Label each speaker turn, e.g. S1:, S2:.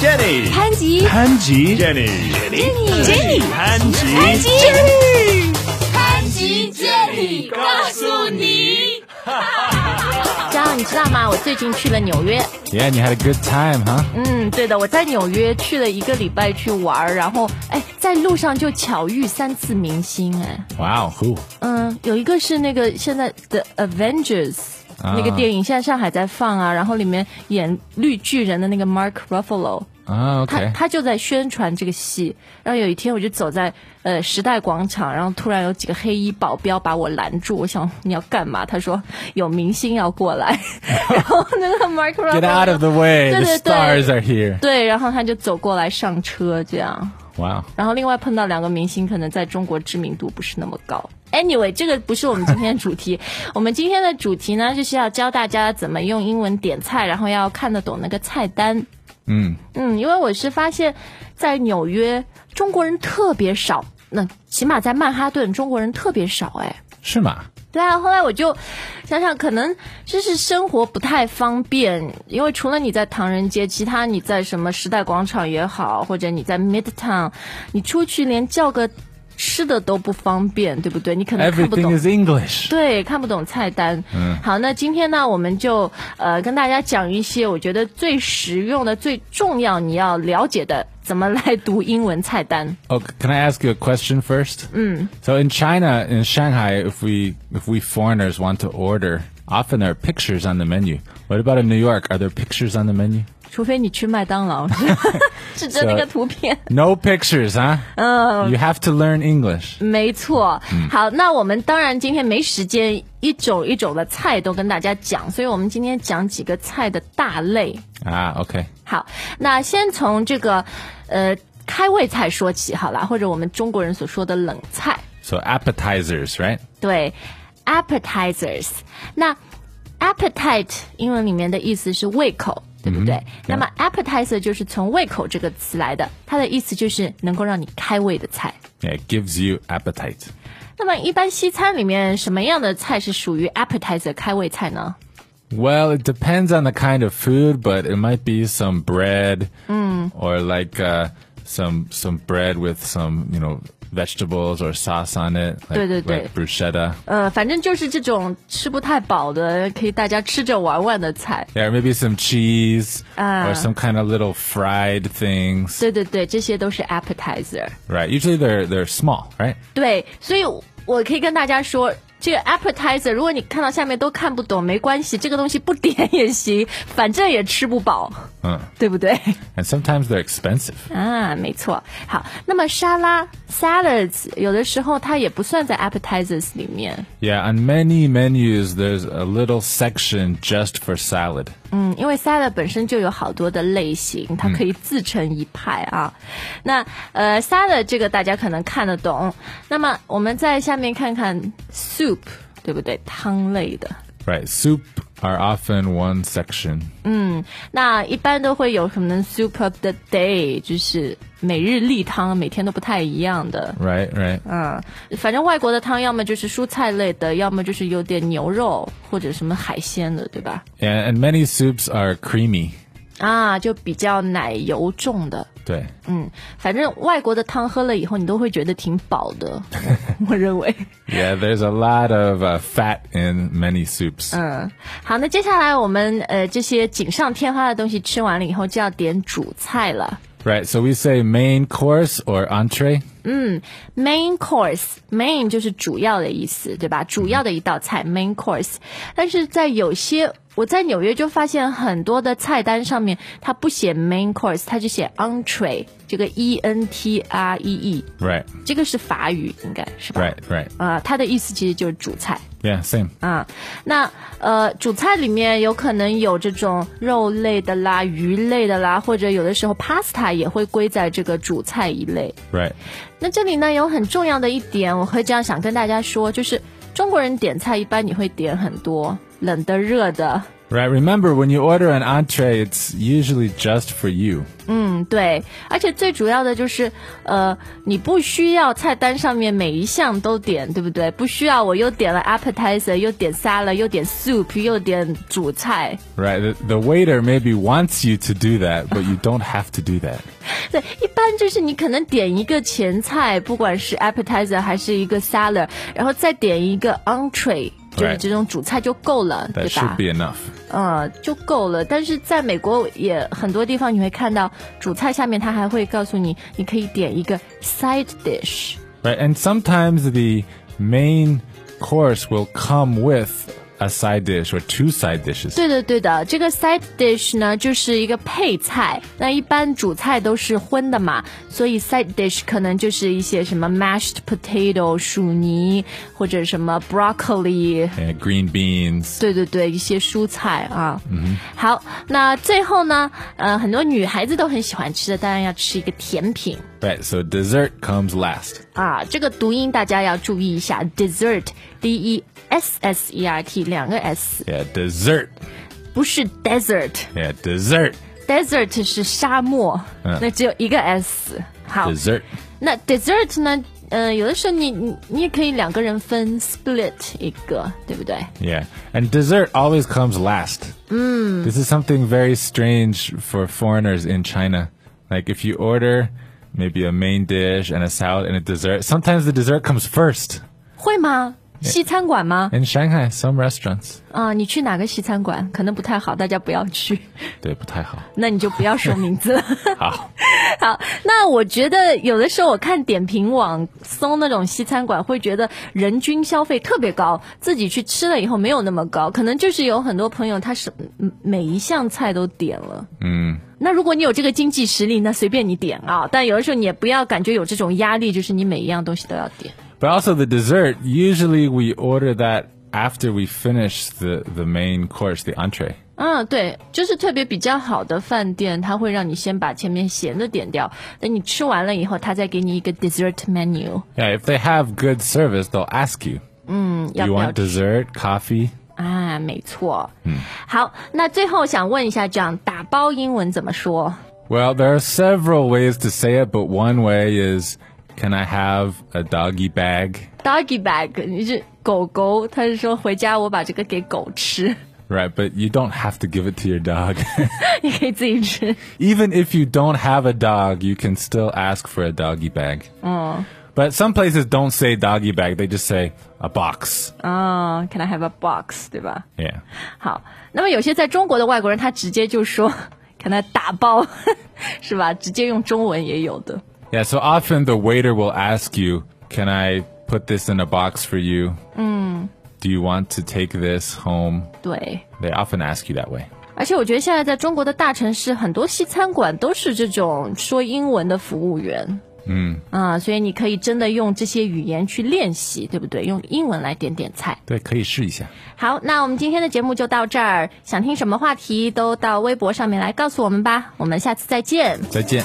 S1: Jenny，
S2: 潘吉，
S3: 潘吉
S1: Jenny，
S2: Jenny，
S1: 潘吉，
S2: 潘吉，
S4: 潘吉建里告诉你，
S2: 嘉豪，你知道吗？我最近去了纽约。
S3: ，Yeah，你 had a good time，哈、
S2: 嗯，对的，我在纽约去了一个礼拜去玩儿，然后哎，在路上就巧遇三次明星，哎，
S3: Wow，who？
S2: 嗯，有一个是那个现在的 Avengers。
S3: 啊
S2: 那个电影现在上海在放啊，然后里面演绿巨人的那个 Mark Ruffalo，
S3: 啊
S2: 他
S3: ，OK，
S2: 他就在宣传这个戏。然后有一天我就走在呃时代广场，然后突然有几个黑衣保镖把我拦住，我想你要干嘛？他说有明星要过来， 然后那个 Mark Ruffalo
S3: Get out of the way.
S2: 对
S3: The
S2: 对对
S3: stars are here.
S2: 对，然后他就走过来上车这样。
S3: Wow.
S2: 然后另外碰到两个明星，可能在中国知名度不是那么高。Anyway，这个不是我们今天的主题。 我们今天的主题呢，就是要教大家怎么用英文点菜，然后要看得懂那个菜单。
S3: 嗯
S2: 嗯，因为我是发现，在纽约中国人特别少，那起码在曼哈顿中国人特别少，哎。
S3: 是吗？
S2: 对啊，后来我就想想，可能就是生活不太方便，因为除了你在唐人街，其他你在什么时代广场也好，或者你在 Midtown，你出去连叫个吃的都不方便，对不对？你可能看不
S3: Everything
S2: 懂。
S3: is English.
S2: 对，看不懂菜单。嗯，好，那今天呢，我们就呃跟大家讲一些我觉得最实用的、最重要你要了解的，怎么来读英文菜单。
S3: Oh, can I ask you a question first? So in China, in Shanghai, if we if we foreigners want to order, often there are pictures on the menu. What about in New York? Are there pictures on the menu?
S2: 除非你去麦当劳， 指着那个图片。
S3: No pictures, huh? you have to learn English.
S2: 没错，好，那我们当然今天没时间一种一种的菜都跟大家讲，所以我们今天讲几个菜的大类。
S3: Ah, okay.
S2: 好，那先从这个呃开胃菜说起好啦，或者我们中国人所说的冷菜，
S3: So appetizers, right?
S2: 对，appetizers。那 appetite 英文里面的意思是胃口。对不对？那么 appetizer 就是从胃口这个词来的，它的意思就是能够让你开胃的菜。
S3: Yeah, it gives you appetite.
S2: 那么，一般西餐里面什么样的菜是属于 appetizer 开胃菜呢？
S3: Well, it depends on the kind of food, but it might be some bread or like uh, some some bread with some you know vegetables or sauce on it, like,
S2: 对，对，对。
S3: like bruschetta.
S2: 呃，反正就是这种吃不太饱的，可以大家吃着玩玩的菜。
S3: Yeah, or maybe some cheese or some kind of little fried things.
S2: 对对对，这些都是 appetizer。
S3: Right. Usually they're they're small, right?
S2: 对，所以我可以跟大家说，这个 appetizer，如果你看到下面都看不懂，没关系，这个东西不点也行，反正也吃不饱，
S3: 嗯，
S2: 对不对？
S3: And sometimes they're expensive.
S2: 啊，没错。好，那么沙拉 salads 有的时候它也不算在 appetizers 里面。
S3: Yeah, on many menus there's a little section just for salad.
S2: 嗯，因为 salad 本身就有好多的类型，它可以自成一派啊。那呃，salad 这个大家可能看得懂。那么我们在下面看看 soup，对不对？汤类的，
S3: Right. Soup are often one section.
S2: 那一般都会有可能 soup of the day，就是每日例汤，每天都不太一样的。
S3: Right, right.
S2: 嗯，反正外国的汤要么就是蔬菜类的，要么就是有点牛肉或者什么海鲜的，对吧？
S3: Yeah, and many soups are creamy.
S2: 啊，就比较奶油重的。
S3: 对，
S2: 嗯，反正外国的汤喝了以后，你都会觉得挺饱的，我认为。
S3: Yeah, there's a lot of uh, fat in many soups.
S2: 好，那接下来我们呃这些锦上添花的东西吃完了以后，就要点主菜了。
S3: Right, so we say main course or entree.
S2: Main course，main 就是主要的意思，对吧？主要的一道菜，main course。但是在有些我在纽约就发现很多的菜单上面，它不写 main course，它就写 entree，这个 e n t r e e，
S3: Right,
S2: 这个是法语应该是吧
S3: right, right.
S2: 啊、它的意思其实就是主菜。
S3: Yeah, same.
S2: 啊，那呃，主菜里面有可能有这种肉类的啦、鱼类的啦，或者有的时候 pasta 也会归在这个主菜一类。
S3: Right.
S2: 那这里呢有很重要的一点，我会这样想跟大家说，就是中国人点菜一般你会点很多冷的、热的，
S3: Right. Remember, when you order an entree, it's usually just for you.
S2: 嗯，对，而且最主要的就是，呃，你不需要菜单上面每一项都点，对不对？不需要，我又点了 appetizer，又点 salad，又点 soup，又点主菜。
S3: Right. The, the waiter maybe wants you to do that, but you don't have to do that.
S2: 对，一般就是你可能点一个前菜，不管是 appetizer 还是一个 salad，然后再点一个 entree，就是这种主菜就够了，对
S3: That
S2: 吧
S3: should？be enough.
S2: 呃，就够了。但是在美国也很多地方你会看到主菜下面它还会告诉你，你可以点一个 side dish。
S3: Right. And sometimes the main course will come with a side dish or two side dishes.
S2: 对的，对的，这个 side dish 呢，就是一个配菜。那一般主菜都是荤的嘛，所以 side dish 可能就是一些什么 mashed potato 薯泥，或者什么 broccoli。
S3: Uh, green beans.
S2: 对对对，一些蔬菜啊。嗯，好，那最后呢，呃，很多女孩子都很喜欢吃的，当然要吃一个甜品
S3: Right. So dessert comes last.
S2: 啊。这个读音大家要注意一下，dessert，d e s s e r t 两个 s，
S3: Yeah. Dessert.
S2: 不是 desert。
S3: Yeah. Dessert.
S2: Desert 是沙漠，
S3: 嗯
S2: 那只有一个 s。好，
S3: Dessert.
S2: 那 dessert 呢？呃，有的时候你你你也可以两个人分 split 一个，对不对？
S3: Yeah. And dessert always comes last. Mm. This is something very strange for foreigners in China. Like if you order maybe a main dish and a salad and a dessert, sometimes the dessert comes first.
S2: 会吗？西餐馆吗？
S3: In Shanghai, some restaurants.
S2: 啊、你去哪个西餐馆？可能不太好，大家不要去。
S3: 对，不太好。
S2: 那你就不要说名字了。
S3: 好，
S2: 好，那我觉得有的时候我看点评网搜那种西餐馆，会觉得人均消费特别高，自己去吃了以后没有那么高，可能就是有很多朋友他是嗯每一项菜都点了。嗯，那如果你有这个经济实力，那随便你点啊，但有的时候你也不要感觉有这种压力，就是你每一样东西都要点。
S3: But also the dessert, usually we order that after we finish the, the main course, the entree.
S2: 嗯，对，就是特别比较好的饭店，它会让你先把前面咸的点掉，等你吃完了以后，它再给你一个 dessert menu，
S3: Yeah, if they have good service, they'll ask you, do
S2: 嗯要
S3: you
S2: 不
S3: want
S2: 要
S3: dessert, coffee?
S2: 啊，没错。嗯，好，那最后想问一下，这样打包英文怎么说？
S3: Well, there are several ways to say it, but one way is can I have a doggy bag?
S2: Doggy bag，你是狗狗，他是说回家我把这个给狗吃，
S3: Right, but you don't have to give it to your dog.
S2: 你可以自己吃。
S3: Even if you don't have a dog, you can still ask for a doggy bag. But some places don't say doggy bag, they just say a box.
S2: 啊、c a n I have a box？对吧？
S3: Yeah.
S2: 好，那么有些在中国的外国人，他直接就说 Can I 打包， 是吧？直接用中文也有的。
S3: Yeah, so often the waiter will ask you, Can I put this in a box for you? Do you want to take this home?
S2: 对，
S3: They often ask you that way.
S2: 而且我觉得现在在中国的大城市，很多西餐馆都是这种说英文的服务员。嗯啊，所以你可以真的用这些语言去练习，对不对？用英文来点点菜。
S3: 对，可以试一下。
S2: 好，那我们今天的节目就到这儿，想听什么话题都到微博上面来告诉我们吧。我们下次再见。
S3: 再见。